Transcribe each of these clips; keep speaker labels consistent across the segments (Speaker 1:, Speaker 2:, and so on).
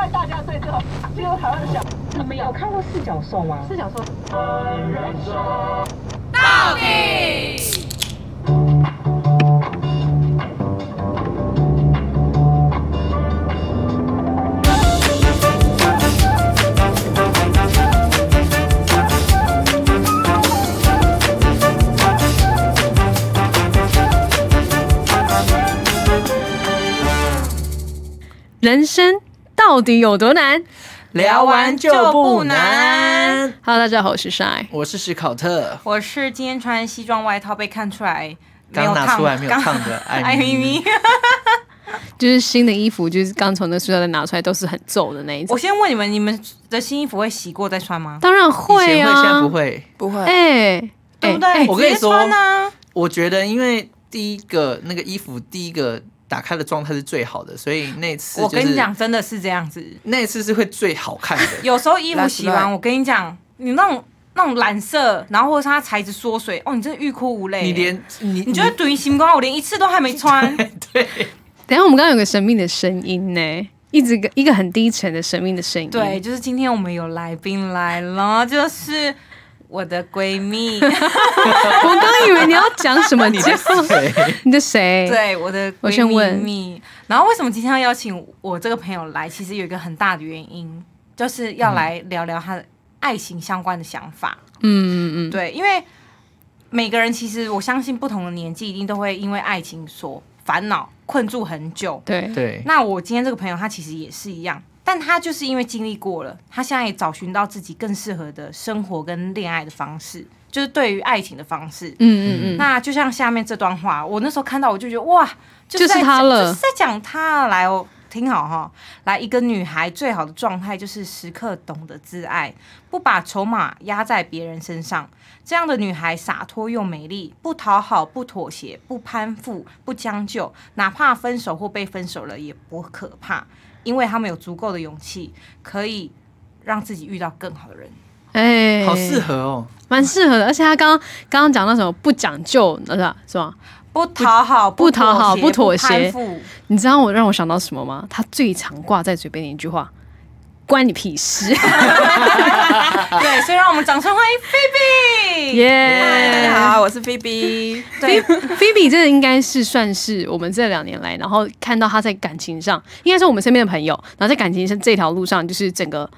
Speaker 1: 最后最后台湾的小
Speaker 2: 你们有看过四角兽吗？
Speaker 1: 四角兽。
Speaker 3: 人生到底有多难？
Speaker 4: 聊完就不难。
Speaker 3: Hello，大家好，我是 Shy。
Speaker 4: 我是史考特，
Speaker 5: 我是今天穿西装外套被看出来没有
Speaker 4: 刚拿
Speaker 5: 烫
Speaker 4: 出来没有
Speaker 5: 刚
Speaker 4: 烫 的艾
Speaker 5: 艾
Speaker 4: 咪
Speaker 5: 咪
Speaker 4: 咪
Speaker 5: 咪。
Speaker 3: 就是新的衣服，就是刚从那塑料袋拿出来，都是很皱的那一
Speaker 5: 我
Speaker 3: 种。
Speaker 5: 先问你们，你们的新衣服会洗过再穿吗？
Speaker 3: 当然
Speaker 4: 以前
Speaker 3: 会
Speaker 4: 会，现在
Speaker 3: 啊，
Speaker 4: 不会。
Speaker 6: 不会，
Speaker 3: 哎、
Speaker 5: 对不对？
Speaker 3: 哎
Speaker 4: 我跟你
Speaker 5: 直接
Speaker 4: 说
Speaker 5: 穿啊，
Speaker 4: 我觉得，因为第一个那个衣服，第一个打开的状态是最好的，所以那次、
Speaker 5: 我
Speaker 4: 就是、
Speaker 5: 跟你讲，，真的是这样子。
Speaker 4: 那次是会最好看 的。
Speaker 5: 有时候衣服
Speaker 6: That's
Speaker 5: 洗完，
Speaker 6: right
Speaker 5: 我跟你讲，你那种那种染色，然后或者是它材质缩水，哦，你真的欲哭无泪。
Speaker 4: 你连 你
Speaker 5: 你觉得怼行光，我连一次都还没穿。
Speaker 4: 对
Speaker 3: 等一下我们刚刚有个神秘的声音呢，一直一个很低沉的神秘的声音。
Speaker 5: 对，，就是今天我们有来宾来了，就是我的闺蜜，
Speaker 3: 我刚以为你要讲什么，你就
Speaker 4: 对，
Speaker 3: 你的谁？
Speaker 5: 对，我的
Speaker 3: 我
Speaker 5: 闺
Speaker 3: 先问
Speaker 5: 蜜。然后为什么今天要邀请我这个朋友来？其实有一个很大的原因，就是要来聊聊她的爱情相关的想法。
Speaker 3: 嗯嗯嗯，
Speaker 5: 对，因为每个人其实我相信不同的年纪，一定都会因为爱情所烦恼、困住很久。
Speaker 3: 对嗯
Speaker 4: 对，
Speaker 5: 那我今天这个朋友，他其实也是一样，但他就是因为经历过了，他现在也找寻到自己更适合的生活跟恋爱的方式，就是对于爱情的方式。
Speaker 3: 嗯嗯嗯，
Speaker 5: 那就像下面这段话，我那时候看到我就觉得哇，就在
Speaker 3: 就是他了
Speaker 5: 就是在讲他来哦，听好哈、来一个女孩最好的状态就是时刻懂得自爱，不把筹码压在别人身上。这样的女孩洒脱又美丽，不讨好，不妥协，不攀附，不将就，哪怕分手或被分手了也不可怕，因为他们有足够的勇气，可以让自己遇到更好的人。
Speaker 3: 哎、
Speaker 4: 好适，合哦。
Speaker 3: 蛮适合的。而且他刚刚刚刚讲到什么不讲究，是吧？是吧？
Speaker 5: 不讨好，
Speaker 3: 不讨好
Speaker 5: 不
Speaker 3: 不妥协
Speaker 5: 不攀附
Speaker 3: 你知道我让我想到什么吗？他最常挂在嘴边的一句话：“关你屁 事
Speaker 5: 对，所以让我们掌声欢迎菲！”比。
Speaker 6: 大
Speaker 3: 耶
Speaker 6: 家好，我是菲比。
Speaker 5: 对，
Speaker 3: ，Phoebe 这应该是算是我们这两年来，然后看到他在感情上，应该是我们身边的朋友，然后在感情上这条路上，就是整个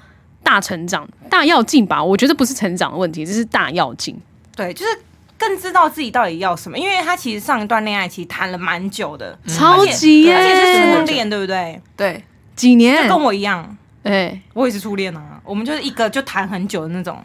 Speaker 3: 大成长、大要进吧。我觉得不是成长的问题，这是大要进。
Speaker 5: 对，就是更知道自己到底要什么，因为他其实上一段恋爱其实谈了蛮久的，
Speaker 3: 超级耶、
Speaker 5: 而且是初恋，对不对？
Speaker 6: 对，
Speaker 3: 几年？
Speaker 5: 跟我一样，
Speaker 3: 哎、
Speaker 5: 我也是初恋啊，我们就是一个就谈很久的那种，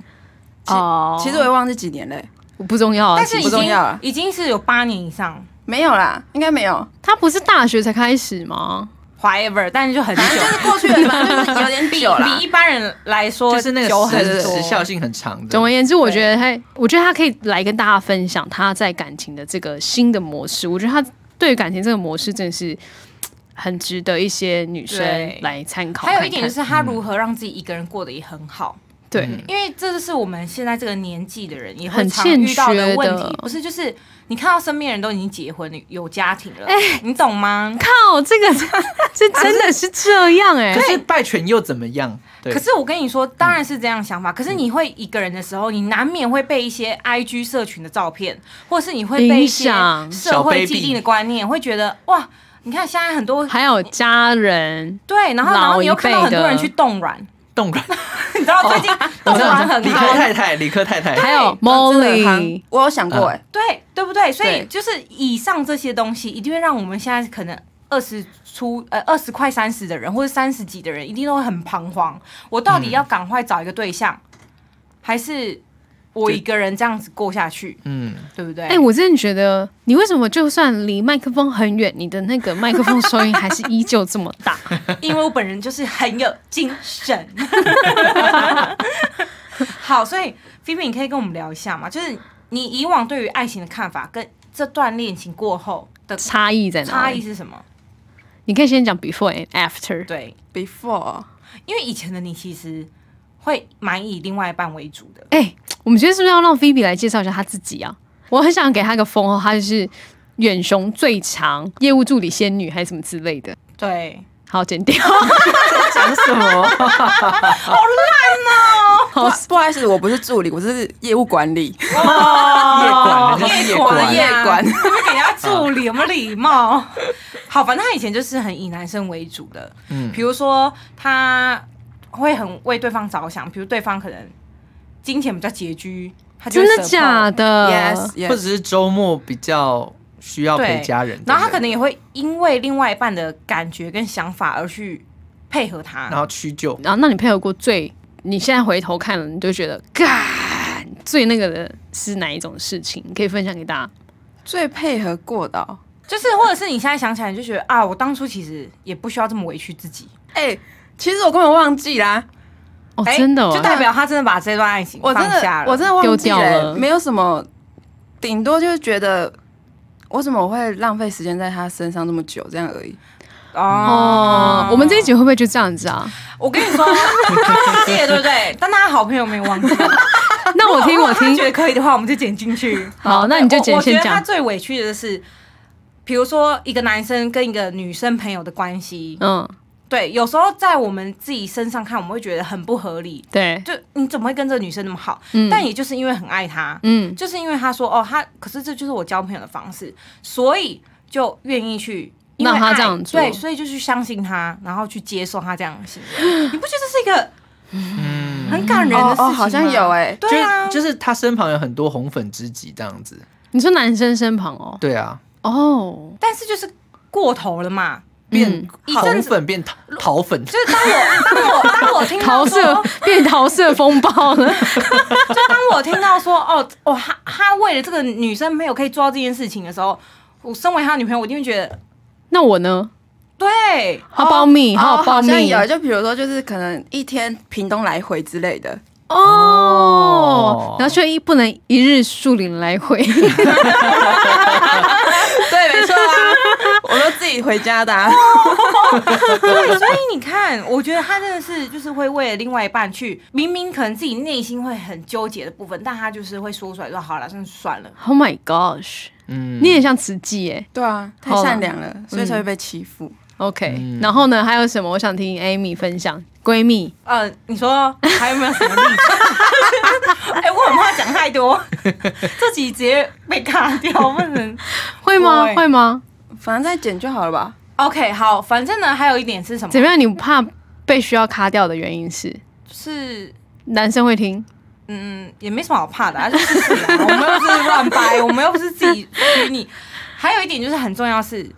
Speaker 3: 哦
Speaker 6: 其实我也忘记几年嘞，
Speaker 3: 不重要啊，
Speaker 5: 但是
Speaker 3: 其
Speaker 5: 已
Speaker 3: 实
Speaker 6: 不重
Speaker 5: 经
Speaker 6: 要啊
Speaker 5: 已经是有八年以上
Speaker 6: 没有啦，应该没有，
Speaker 3: 他不是大学才开始吗？
Speaker 5: ，however，但是就很久，嗯
Speaker 6: 过去了吧，就是有点久啊啦
Speaker 5: 比。一般人来说
Speaker 4: 就是那
Speaker 5: 久
Speaker 4: 个
Speaker 5: 很
Speaker 4: 时
Speaker 5: 多
Speaker 4: 时效性很
Speaker 5: 嗯
Speaker 4: 长
Speaker 3: 总而
Speaker 4: 的，
Speaker 3: 言之，我觉得他，我觉得他可以来跟大家分享他在感情的这个新的模式。我觉得他对于感情这个模式真的是很值得一些女生
Speaker 5: 对
Speaker 3: 来参考
Speaker 5: 还有一点
Speaker 3: 看看
Speaker 5: 就是嗯他如何让自己一个人过得也很好。
Speaker 3: 对、
Speaker 4: 嗯
Speaker 5: 因为这就是我们现在这个年纪的人也会
Speaker 3: 很
Speaker 5: 常
Speaker 3: 欠
Speaker 5: 遇到
Speaker 3: 缺
Speaker 5: 问
Speaker 3: 的
Speaker 5: 题，不是就是你看到身边人都已经结婚了有家庭
Speaker 3: 哎
Speaker 5: 了，你懂吗？
Speaker 3: 靠，这 个这真的是这样哎、
Speaker 4: 可是败犬又怎么样？对
Speaker 5: 可，是我跟你说，当然是这样想法。可是你会一个人的时候，你难免会被一些 IG 社群的照片，或是你会被一些
Speaker 3: 影响
Speaker 5: 社会既定的观念，会觉得哇，你看现在很多
Speaker 3: 还有家人，
Speaker 5: 对，然后然后你又看到
Speaker 3: 老一辈
Speaker 5: 很
Speaker 3: 的
Speaker 5: 多人去冻卵，
Speaker 4: 动感，
Speaker 5: 哦你知道最近冻卵 很
Speaker 4: 理科
Speaker 5: 好，
Speaker 4: 太太，理科太太，
Speaker 3: 还有
Speaker 6: 哦真的很夯
Speaker 3: Molly，
Speaker 6: 我有想过哎，
Speaker 5: 对对不对？所以
Speaker 6: 对
Speaker 5: 就是以上这些东西，一定会让我们现在可能。二十出呃二十快三十的人，或者三十几的人，一定都会很彷徨。我到底要赶快找一个对象，还是我一个人这样子过下去？
Speaker 4: 嗯，
Speaker 5: 对不对？
Speaker 3: 哎、我真的觉得你为什么就算离麦克风很远，你的那个麦克风收音还是依旧这么大？
Speaker 5: 因为我本人就是很有精神。好，所以菲菲，你可以跟我们聊一下嘛，就是你以往对于爱情的看法，跟这段恋情过后的
Speaker 3: 差异在哪
Speaker 5: 差异
Speaker 3: 里？
Speaker 5: 是什么？
Speaker 3: 你可以先讲 before and after。
Speaker 5: 对，
Speaker 6: before
Speaker 5: 因为以前的你其实会蛮以另外一半为主的，
Speaker 3: 哎、我们觉得是不是要让菲比来介绍一下她自己啊？我很想给她个封号，她就是远雄最长业务助理仙女还是什么之类的。
Speaker 5: 对，
Speaker 3: 好，剪掉。
Speaker 4: 讲什么？
Speaker 5: 哦
Speaker 6: 不不好意思，我不是助理，我是业务管理，
Speaker 4: 夜管，
Speaker 5: 哦
Speaker 4: 人家是夜
Speaker 5: 管
Speaker 4: 管
Speaker 6: 业管。
Speaker 5: 他们给人家助理有没有礼貌？ 好，反正他以前就是很以男生为主的，
Speaker 4: 嗯
Speaker 5: 比如说他会很为对方着想，比如对方可能金钱比较拮据，他就会
Speaker 3: 真的
Speaker 5: support
Speaker 3: 假的
Speaker 6: Yes，
Speaker 4: 或者
Speaker 6: yes，
Speaker 4: 是周末比较需要陪家人，
Speaker 5: 然后他可能也会因为另外一半的感觉跟想法而去配合他，
Speaker 4: 然后屈就，
Speaker 3: 然后那你配合过最，你现在回头看了，你就觉得，干最那个的是哪一种事情？你可以分享给大家。
Speaker 6: 最配合过的哦。
Speaker 5: 就是或者是你现在想起来你就觉得啊，我当初其实也不需要这么委屈自己，
Speaker 6: 哎，其实我根本忘记啦，
Speaker 3: 哦，
Speaker 5: 哎
Speaker 3: 真的、哦，
Speaker 5: 就代表他真的把这段爱情
Speaker 6: 我真
Speaker 5: 放下
Speaker 6: 的
Speaker 5: 了
Speaker 6: 我真的忘记
Speaker 3: 丢掉了
Speaker 6: 没有什么，顶多就是觉得我怎么会浪费时间在他身上那么久，这样而已。
Speaker 5: 哦
Speaker 3: 哦，我们这一集会不会就这样子啊？
Speaker 5: 我跟你说，他忘记了，对不对？但他好朋友没有忘记。
Speaker 3: 那我听，我
Speaker 5: 如果他
Speaker 3: 听
Speaker 5: 觉。得可以的话，我们就剪进去。
Speaker 3: 好，那你就
Speaker 5: 我
Speaker 3: 简
Speaker 5: 我觉得
Speaker 3: 先
Speaker 5: 他
Speaker 3: 讲。
Speaker 5: 最委屈的是，比如说一个男生跟一个女生朋友的关系，
Speaker 3: 嗯，
Speaker 5: 对，有时候在我们自己身上看，我们会觉得很不合理。
Speaker 3: 对，
Speaker 5: 就你怎么会跟这个女生那么好？
Speaker 3: 嗯，
Speaker 5: 但也就是因为很爱她，
Speaker 3: 嗯，
Speaker 5: 就是因为他说哦，他可是这就是我交朋友的方式，所以就愿意去。因为
Speaker 3: 让他
Speaker 5: 爱
Speaker 3: 这样做
Speaker 5: 对，所以就去相信他，然后去接受他这样的行为。你不觉得这是一个
Speaker 4: 嗯，
Speaker 5: 很感人的
Speaker 6: 哦
Speaker 5: 事情吗
Speaker 6: 哦，好像有哎，
Speaker 5: 对啊，
Speaker 4: 就是就是他身旁有很多红粉知己这样子，
Speaker 3: 你说男生身旁哦，
Speaker 4: 对啊，
Speaker 3: 哦，
Speaker 5: 但是就是过头了嘛。
Speaker 4: 变
Speaker 5: 嗯一
Speaker 4: 红
Speaker 5: 阵子
Speaker 4: 粉变桃桃粉，
Speaker 5: 就是当我当我当我听到
Speaker 3: 桃
Speaker 5: 说，
Speaker 3: 色变桃色风暴了，
Speaker 5: 就当我听到说哦哦，他他为了这个女生朋友可以做到这件事情的时候，我身为他女朋友，我一定会觉得
Speaker 3: 那我呢？
Speaker 5: 对，
Speaker 3: 他保密，
Speaker 6: 哦
Speaker 3: 他有保
Speaker 6: 好像
Speaker 3: 密
Speaker 6: 有，就比如说就是可能一天屏东来回之类的，
Speaker 3: 哦，然后却一不能一日树林来回，
Speaker 6: 对，没错啊，我都自己回家的、啊。
Speaker 5: 对，所以你看，我觉得他真的是就是会为了另外一半去，明明可能自己内心会很纠结的部分，但他就是会说出来说好了，算算了。
Speaker 3: Oh my gosh！
Speaker 4: 嗯，
Speaker 3: 你也像慈济耶
Speaker 6: 对啊，太
Speaker 3: 好了
Speaker 6: 善良了，所以才会被欺负。
Speaker 3: ，OK、
Speaker 4: 嗯
Speaker 3: 然后呢，还有什么？我想听 Amy 分享闺蜜，
Speaker 5: 呃，你说还有没有什么例子？ 哎、我很怕讲太多， 这集直接被卡掉，不能。
Speaker 3: 会吗？
Speaker 5: 对
Speaker 3: 会吗？
Speaker 6: 反正再剪就好了吧？
Speaker 5: OK，好，反正呢，还有一点是什么？
Speaker 3: 怎么样？你怕被需要卡掉的原因是
Speaker 5: 就是
Speaker 3: 男生会听，
Speaker 5: 嗯，也没什么好怕的、啊， 就是自己啊，我们又不是乱 掰，我们又不是自己虚拟。还有一点就是很重要是，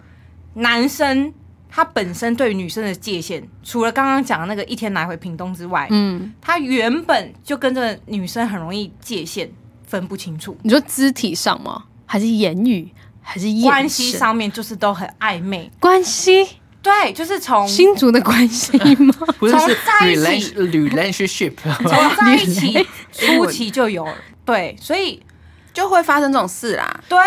Speaker 5: 男生他本身对女生的界限，除了刚刚讲的那个一天来回屏东之外，
Speaker 3: 嗯，
Speaker 5: 他原本就跟这个女生很容易界限分不清楚，
Speaker 3: 你说肢体上吗？还是言语？还是眼神
Speaker 5: 关系？上面就是都很暧昧。
Speaker 3: 关系？
Speaker 5: 对，就是从从
Speaker 3: 新竹的关系 吗？
Speaker 4: 不是
Speaker 5: 从
Speaker 4: 是
Speaker 5: 在一
Speaker 4: relation
Speaker 5: 起
Speaker 4: relationship，
Speaker 5: 在一起初期就有了，对，所以
Speaker 6: 就会发生这种事啦。
Speaker 5: 对，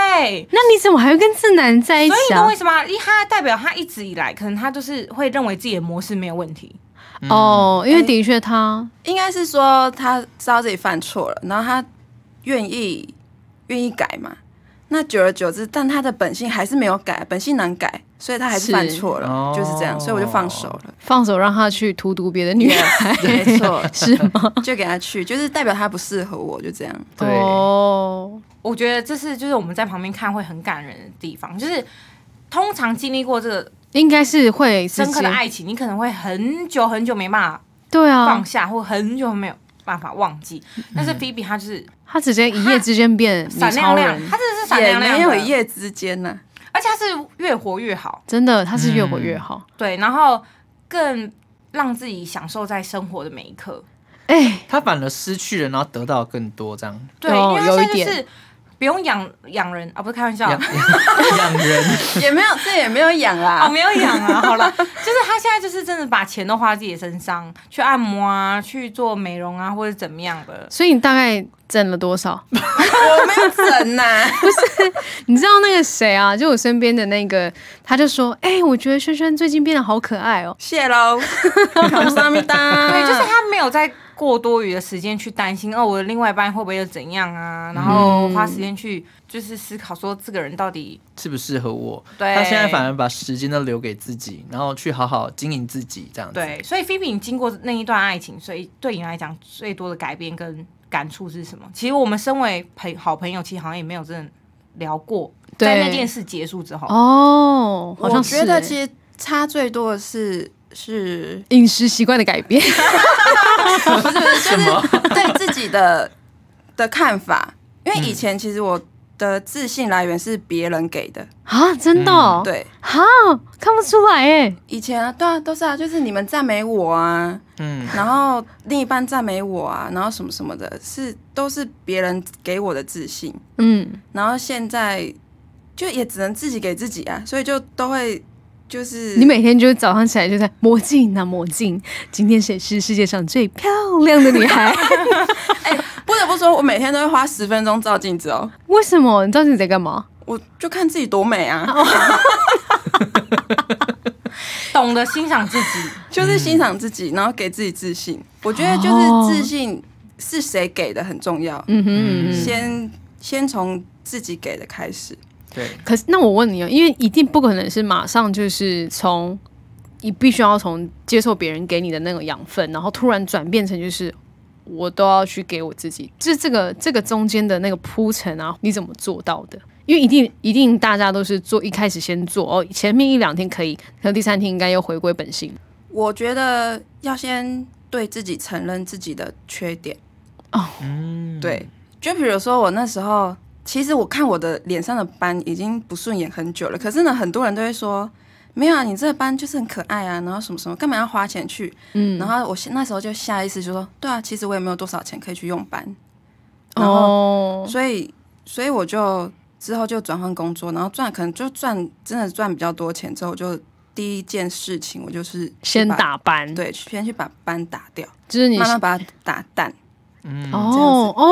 Speaker 3: 那你怎么还会跟正男在一
Speaker 5: 所以你
Speaker 3: 起
Speaker 5: 懂
Speaker 3: 啊
Speaker 5: 为？什么？因为他代表他一直以来，可能他就是会认为自己的模式没有问题。
Speaker 4: 嗯
Speaker 3: 哦，
Speaker 5: 哎
Speaker 3: 因为的确他
Speaker 6: 应该是说他知道自己犯错了，然后他愿意愿意改嘛。那久而久之，但他的本性还是没有改，本性难改，所以他还是犯错了，
Speaker 4: 是
Speaker 6: 就是这样，
Speaker 4: 哦
Speaker 6: 所以我就放手 了。
Speaker 3: 放手让他去荼毒别的 女孩
Speaker 6: 没错，
Speaker 3: 是吗？
Speaker 6: 就给他去，就是代表他不适合我，就这样。
Speaker 4: 对
Speaker 3: 哦，
Speaker 5: 我觉得这是就是我们在旁边看会很感人的地方，就是通常经历过这个
Speaker 3: 应该是会直
Speaker 5: 深刻的
Speaker 3: 接
Speaker 5: 爱情，你可能会很久很久没办法
Speaker 3: 对啊
Speaker 5: 放，下，或很久没有办法忘记。
Speaker 3: 嗯
Speaker 5: 但是菲比她就是
Speaker 3: 他直接一夜之间变 女
Speaker 5: 闪
Speaker 3: 超
Speaker 5: 亮亮，
Speaker 3: 人，
Speaker 5: 她真的是闪
Speaker 6: 也
Speaker 5: 亮
Speaker 6: 没
Speaker 5: 亮
Speaker 6: 有
Speaker 5: 的，
Speaker 6: 一夜之间呢、
Speaker 5: 而且她是越活越好。
Speaker 3: 真的，他是越活越好。
Speaker 5: 对，然后更让自己享受在生活的每一刻。嗯
Speaker 3: 哎，
Speaker 4: 他反而失去了，然后得到更多这样，
Speaker 5: 对，
Speaker 3: 有
Speaker 5: 因为她
Speaker 3: 哦有一
Speaker 5: 现在就
Speaker 3: 点
Speaker 5: 是不用养养人啊，不是开玩笑，
Speaker 4: 养养人，
Speaker 6: 也没有，这也没有养啦。
Speaker 5: 哦，没有养啊，好了，就是他现在就是真的把钱都花自己的身上，去按摩啊，去做美容啊，或者怎么样的。
Speaker 3: 所以你大概整了多少？
Speaker 6: 我没有整呐、
Speaker 3: 你知道那个谁啊？就我身边的那个，他就说：“哎、我觉得轩轩最近变得好可爱哦。
Speaker 6: 谢喽，卡姆萨米达。
Speaker 5: 对，就是他没有在过多余的时间去担心哦，我的另外一半会不会又怎样啊？然后花时间去就是思考说这个人到底
Speaker 4: 适不适合我？
Speaker 5: 对
Speaker 4: 他现在反而把时间都留给自己，然后去好好经营自己，这样子。
Speaker 5: 对。所以菲比，你经过那一段爱情，所以对你来讲最多的改变跟感触是什么？其实我们身为朋好朋友，其实好像也没有真的聊过，
Speaker 3: 对
Speaker 5: 在那件事结束之后，
Speaker 3: 哦，好
Speaker 6: 我
Speaker 3: 像是、
Speaker 6: 觉得
Speaker 3: 欸
Speaker 6: 其实差最多的是是
Speaker 3: 饮食习惯的改变，
Speaker 4: 什么？
Speaker 6: 对自己 的的看法，因为以前其实我的自信来源是别人给的，
Speaker 3: 啊，真的、
Speaker 5: 嗯
Speaker 3: 哦
Speaker 6: 对，
Speaker 3: 哈，看不出来哎、
Speaker 6: 以前啊，对啊，都是啊，就是你们赞美我啊，
Speaker 4: 嗯，
Speaker 6: 然后另一半赞美我啊，然后什么什么的，是都是别人给我的自信，
Speaker 3: 嗯，
Speaker 6: 然后现在就也只能自己给自己啊，所以就都会就是
Speaker 3: 你每天就是早上起来就在魔镜啊魔镜，今天谁是世界上最漂亮的女孩？
Speaker 6: 不得不说，我每天都会花十分钟照镜子哦，
Speaker 3: 为什么？你知道你在干嘛？
Speaker 6: 我就看自己多美啊，
Speaker 3: 哦
Speaker 5: 懂得欣赏自己。
Speaker 6: 就是欣赏自
Speaker 3: 嗯
Speaker 6: 己，然后给自己自信。我觉得就是自信是谁给的很重要，
Speaker 3: 哦嗯哼嗯哼。
Speaker 6: 先先从自己给的开始。
Speaker 4: 对，
Speaker 5: 嗯
Speaker 3: 可是，那我问你哦，因为一定不可能是马上就是从，你必须要从接受别人给你的那种养分，然后突然转变成就是我都要去给我自己，就是这个这个中间的那个铺陈啊，你怎么做到的？因为一定一定大家都是做一开始先做哦，前面一两天可以，可能第三天应该又回归本性
Speaker 6: 我觉得要先对自己承认自己的缺点。
Speaker 3: 哦
Speaker 4: 嗯，
Speaker 6: 对，就比如说我那时候，其实我看我的脸上的斑已经不顺眼很久了，可是呢，很多人都会说。没有啊，你这个斑就是很可爱啊，然后什么什么，干嘛要花钱去？
Speaker 3: 嗯
Speaker 6: 然后我现那时候就下意识就说，对啊，其实我也没有多少钱可以去用斑，然后
Speaker 3: 哦，
Speaker 6: 所以，所以我就之后就转换工作，然后赚可能就赚真的赚比较多钱之后，我就第一件事情我就是去
Speaker 3: 先
Speaker 6: 把
Speaker 3: 打班，，
Speaker 6: 对，先去把斑打掉，
Speaker 3: 就是你
Speaker 6: 慢慢把它打淡，
Speaker 4: 嗯，
Speaker 3: 哦哦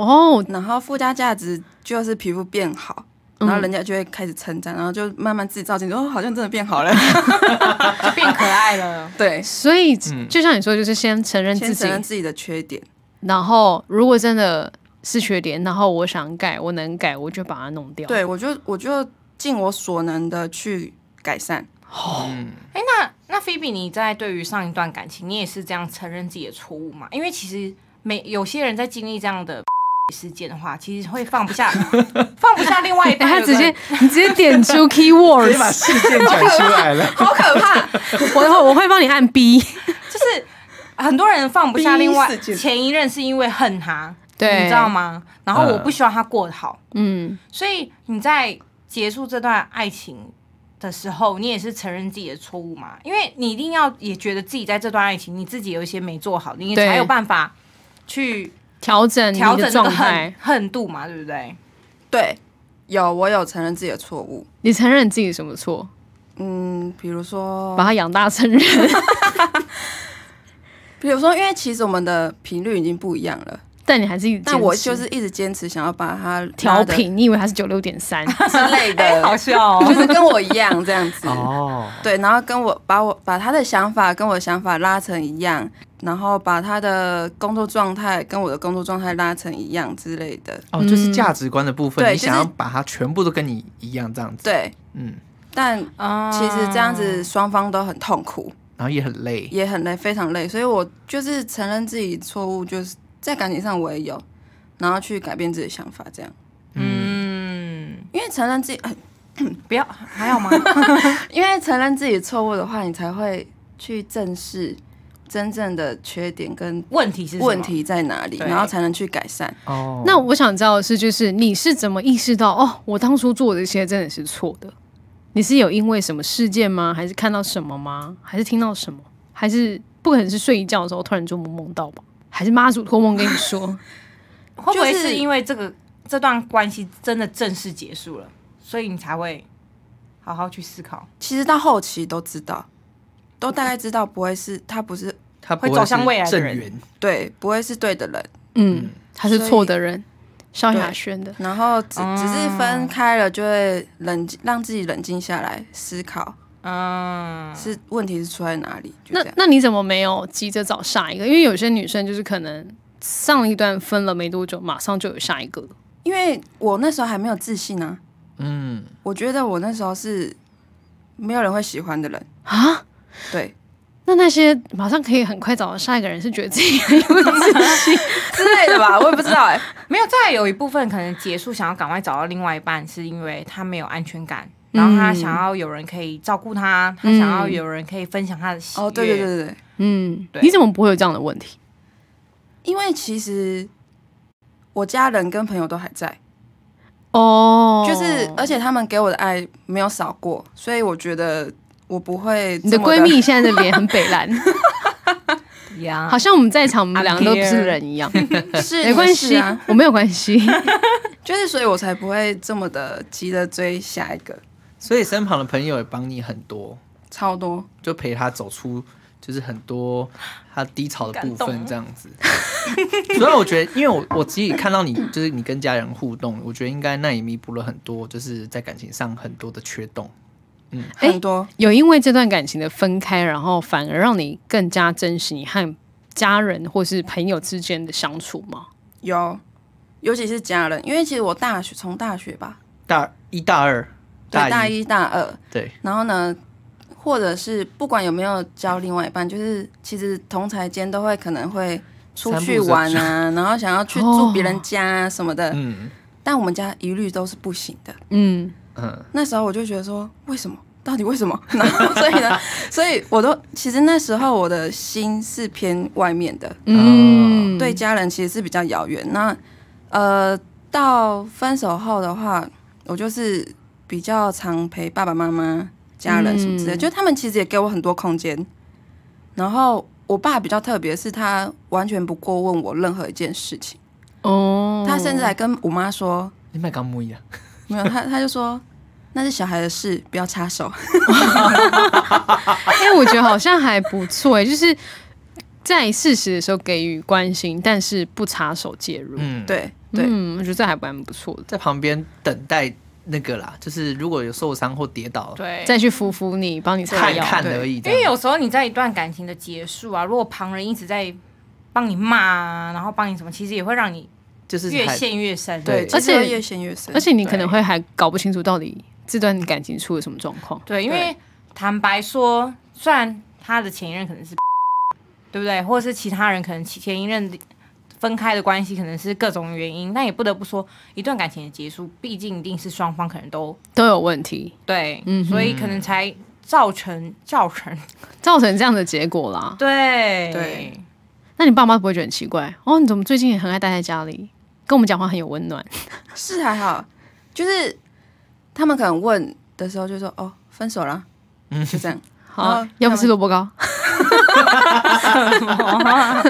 Speaker 3: 哦，
Speaker 6: 然后附加价值就是皮肤变好。
Speaker 3: 嗯
Speaker 6: 然后人家就会开始称赞，然后就慢慢自己照镜子，哦，好像真的变好了。
Speaker 5: 就变可爱了。
Speaker 6: 对，
Speaker 3: 所以
Speaker 4: 嗯
Speaker 3: 就像你说，就是先承认
Speaker 6: 先
Speaker 3: 自己
Speaker 6: 承认自己的缺点，
Speaker 3: 然后如果真的是缺点，然后我想改，我能改，我就把它弄掉。，
Speaker 6: 对我就我就尽我所能的去改善。
Speaker 5: 哎、那那菲比，你在对于上一段感情，你也是这样承认自己的错误吗？因为其实每有些人在经历这样的 事件的话，其实会放不 下，放不下另外一
Speaker 3: 哎、
Speaker 5: 半。
Speaker 3: 他
Speaker 5: 对
Speaker 3: 直
Speaker 5: 不对
Speaker 3: 接 你直接点 出
Speaker 4: 直接把
Speaker 3: keywords，
Speaker 4: 事件讲出来了。
Speaker 6: 好可怕！
Speaker 3: 我会我会帮你按 B。
Speaker 5: 就是很多人放不下另
Speaker 6: 第
Speaker 5: 外
Speaker 6: 一事件
Speaker 5: 前一任，是因为恨他，
Speaker 3: 对，
Speaker 5: 你知道？吗？然后
Speaker 4: 嗯
Speaker 5: 我不希望他过得好，
Speaker 3: 嗯，
Speaker 5: 所以你在结束这段爱情。的时候，你也是承认自己的错误嘛？因为你一定要也觉得自己在这段爱情，你自己有一些没做好，你
Speaker 3: 对
Speaker 5: 才有办法去
Speaker 3: 调整你
Speaker 5: 调整
Speaker 3: 的
Speaker 5: 这
Speaker 3: 状
Speaker 5: 个
Speaker 3: 态
Speaker 5: 恨，恨度嘛，对不对？
Speaker 6: 对，有我有承认自己的错误，
Speaker 3: 你承认自己什么错，
Speaker 6: 嗯，比如说
Speaker 3: 把它养大 成人。
Speaker 6: 比如说，因为其实我们的频率已经不一样了，
Speaker 3: 但你还是一直
Speaker 6: 但我
Speaker 3: 坚持
Speaker 6: 就是一直坚持想要把它拉
Speaker 3: 调
Speaker 6: 得
Speaker 3: 频，你以为他是九六点三？
Speaker 6: 之类
Speaker 5: 哎好
Speaker 6: 的，
Speaker 5: 笑
Speaker 6: 就
Speaker 5: 哦。
Speaker 6: 是跟我一样这样子。
Speaker 4: 哦，
Speaker 6: 对，然后跟我把我把他的想法跟我的想法拉成一样，然后把他的工作状态跟我的工作状态拉成一样之类的。
Speaker 4: 哦，就是价值观的部分，
Speaker 6: 对
Speaker 4: 你
Speaker 6: 就是
Speaker 4: 想要把它全部都跟你一样这样子。，
Speaker 6: 对，
Speaker 4: 嗯，
Speaker 6: 但
Speaker 5: 啊
Speaker 6: 其实这样子双方都很痛苦，
Speaker 4: 然后也很累。
Speaker 6: 也很累，非常累。所以我就是承认自己错误，就是在感情上我也有，然后去改变自己的想法，这样。
Speaker 4: 嗯
Speaker 5: 嗯，
Speaker 6: 因为承认自己，
Speaker 5: 不要还好吗？
Speaker 6: 因为承认自己错误的话，你才会去正视真正的缺点跟
Speaker 5: 问题是什么
Speaker 6: 问？题在哪里，
Speaker 5: 对
Speaker 6: 然后才能去改善。
Speaker 4: 哦，
Speaker 3: 那我想知道的是，就是你是怎么意识到哦，我当初做的这些真的是错的？你是有因为什么事件吗？还是看到什么吗？还是听到什么？还是不可能是睡一觉的时候突然做梦梦到吧？还是妈祖托梦跟你 说？
Speaker 5: 会不会
Speaker 6: 就是
Speaker 5: 是因为这个这段关系真的正式结束了，所以你才会好好去思考，
Speaker 6: 其实到后期都知道，都大概知道不会是他不是
Speaker 4: 他
Speaker 5: 会走向未来的
Speaker 4: 正
Speaker 5: 人
Speaker 4: 缘，
Speaker 6: 对，不会是对的人。
Speaker 3: 嗯，他是
Speaker 6: 所以
Speaker 3: 错的人，萧亚轩的。
Speaker 6: 哦然后只只是分开了，就会冷静，让自己冷静下来思考，
Speaker 5: 嗯，
Speaker 6: 是问题是出在哪里？就
Speaker 3: 那
Speaker 6: 这样。
Speaker 3: 那你怎么没有急着找下一个？因为有些女生就是可能上一段分了没多久，马上就有下一个了。
Speaker 6: 因为我那时候还没有自信啊，
Speaker 4: 嗯，
Speaker 6: 我觉得我那时候是没有人会喜欢的人
Speaker 3: 啊。
Speaker 6: 对
Speaker 3: 那那些马上可以很快找到下一个人，是觉得自己很有自信，
Speaker 6: 之类的 吧，我也不知道哎、
Speaker 5: 没有，再有一部分可能结束，想要赶快找到另外一半，是因为他没有安全感，然后他
Speaker 3: 嗯
Speaker 5: 想要有人可以照顾他，他
Speaker 3: 嗯
Speaker 5: 想要有人可以分享他的喜悦。
Speaker 6: 哦，对对对对对，
Speaker 3: 嗯
Speaker 5: 对，
Speaker 3: 你怎么不会有这样的问题？
Speaker 6: 因为其实我家人跟朋友都还在，
Speaker 3: 哦，
Speaker 6: 就是呃而且他们给我的爱没有少过，所以我觉得我不会
Speaker 3: 你的
Speaker 6: 这么
Speaker 3: 闺 蜜现在的脸很北蓝，
Speaker 5: 对呀
Speaker 3: 好，像我们在场我们
Speaker 5: I'm
Speaker 3: 两个都不
Speaker 5: here
Speaker 3: 是人一样。
Speaker 6: 是
Speaker 3: 没关系
Speaker 6: 也是啊，，
Speaker 3: 我没有关系。
Speaker 6: 就是所以我才不会这么的急着追下一个，
Speaker 4: 所以身旁的朋友也帮你很多，
Speaker 6: 超多。
Speaker 4: 就陪他走出就是很多他低潮的部
Speaker 5: 感动
Speaker 4: 分这样子。主要我觉得，因为我我自己看到你就是你跟家人互动， 我觉得应该那也弥补了很多就是在感情上很多的缺洞。
Speaker 3: 哎
Speaker 6: 很多、
Speaker 3: 有因为这段感情的分开，然后反而让你更加珍惜你和家人或是朋友之间的相处吗？
Speaker 6: 有，尤其是家人，因为其实我大学从大学吧，
Speaker 4: 大一大二，
Speaker 6: 对大
Speaker 4: 一
Speaker 6: 一大二，
Speaker 4: 对，
Speaker 6: 然后呢，或者是不管有没有交另外一半，就是其实同才间都会可能会出去玩啊，然后想要去住别人家啊什么的，
Speaker 4: 嗯
Speaker 6: 但我们家一律都是不行的。
Speaker 3: 嗯，
Speaker 4: 嗯，
Speaker 6: 那时候我就觉得说，为什么？到底为什么？ 然后所以 呢，所以我都其实那时候我的心是偏外面的，
Speaker 4: 啊
Speaker 3: 嗯，
Speaker 6: 对，家人其实是比较遥远。那呃，到分手后的话，我就是比较常陪爸爸妈妈、家人什么之类的，
Speaker 3: 嗯
Speaker 6: 就他们其实也给我很多空间。然后我爸比较特别，是他完全不过问我任何一件事情，
Speaker 3: 哦，
Speaker 6: 他甚至还跟我妈说，
Speaker 4: 你买刚木一样，啊
Speaker 6: 没有他，他就说那是小孩的事，不要插手。
Speaker 3: 哎、我觉得好像还不错、哎，就是在适时的时候给予关心，但是不插手介入。
Speaker 4: 嗯，，
Speaker 6: 对对，
Speaker 3: 嗯，我觉得这还蛮不错的。
Speaker 4: 在旁边等待那个啦，就是如果有受伤或跌倒，
Speaker 5: 对，
Speaker 3: 再去扶扶你，帮你擦
Speaker 4: 看
Speaker 3: 药。
Speaker 4: 看而已这
Speaker 5: 因
Speaker 4: 样，
Speaker 5: 为有时候你在一段感情的结束啊，如果旁人一直在帮你骂啊，然后帮你什么，其实也会让你
Speaker 4: 就是
Speaker 5: 越
Speaker 4: 还
Speaker 5: 陷越深。
Speaker 4: 对
Speaker 6: 其实
Speaker 3: 而且
Speaker 6: 会越陷越深，
Speaker 3: 而且你可能会还搞不清楚到底这段感情出了什么状况。
Speaker 5: 对，因为坦白说，虽然他的前一任可能是， 对不对，或者是其他人可能其前一任分开的关系可能是各种原因，但也不得不说，一段感情的结束，毕竟一定是双方可能都
Speaker 3: 都有问题，
Speaker 5: 对，
Speaker 3: 嗯哼
Speaker 5: 所以可能才造成造成
Speaker 3: 造成这样的结果啦。
Speaker 5: 对
Speaker 6: 对
Speaker 3: 那你爸妈不会觉得很奇怪？哦，你怎么最近也很爱待在家里，跟我们讲话很有温暖？
Speaker 6: 是还好，就是他们可能问的时候就说哦分手了，就这样。
Speaker 3: 好
Speaker 6: 然
Speaker 3: 啊
Speaker 6: 后，
Speaker 3: 要不吃萝卜糕？
Speaker 5: 哎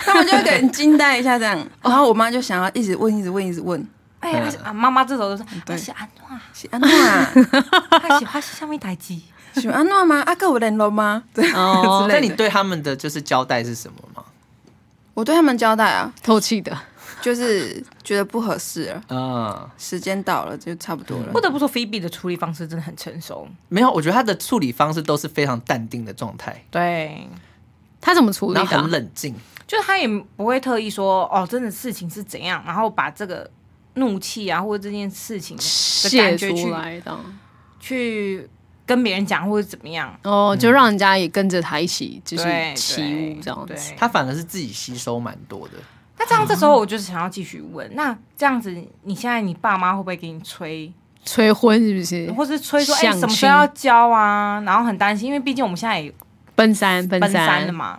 Speaker 6: 他们就会给人惊呆一 下这样。
Speaker 3: 哦
Speaker 6: 然后我妈就想要一直问，一直问，一直问，
Speaker 5: 哎呀，啊妈妈这时候就是
Speaker 6: 对
Speaker 5: 啊是安诺啊，
Speaker 6: 是 安娜，
Speaker 5: 他喜欢是下面台机，
Speaker 6: 是安娜吗？阿哥有联络吗？对，
Speaker 3: 哦，
Speaker 4: 那你对他们的就是交代是什么吗？
Speaker 6: 我对他们交代啊，
Speaker 3: 透气的，
Speaker 6: 就是觉得不合适了，
Speaker 4: 啊、
Speaker 6: 时间到了就差不多了
Speaker 5: 不。得不说，菲比的处理方式真的很成熟。
Speaker 4: 没有，我觉得他的处理方式都是非常淡定的状态，
Speaker 5: 对，
Speaker 3: 他怎么处理
Speaker 4: 然
Speaker 3: 的
Speaker 4: 后
Speaker 3: 啊
Speaker 4: 很？冷静。
Speaker 5: 就是他也不会特意说哦，真的事情是怎样，然后把这个怒气啊或者这件事情的
Speaker 3: 啊泄
Speaker 5: 感觉
Speaker 3: 出
Speaker 5: 去嗯
Speaker 3: 来的啊
Speaker 5: 去跟别人讲或者怎么样，
Speaker 3: 哦，就让人家也跟着他一起，就是
Speaker 5: 对
Speaker 3: 起舞这样子。
Speaker 5: 对，
Speaker 4: 他反而是自己吸收蛮多的。
Speaker 5: 那这样这时候我就是想要继续问， 那这样子你现在你爸妈会不会给你催，
Speaker 3: 催婚是不是？
Speaker 5: 或是催说哎、
Speaker 3: 相
Speaker 5: 什么时
Speaker 3: 亲
Speaker 5: 候要交啊？然后很担心，因为毕竟我们现在也
Speaker 3: 奔三，奔
Speaker 5: 奔三
Speaker 3: 三
Speaker 5: 了，嘛，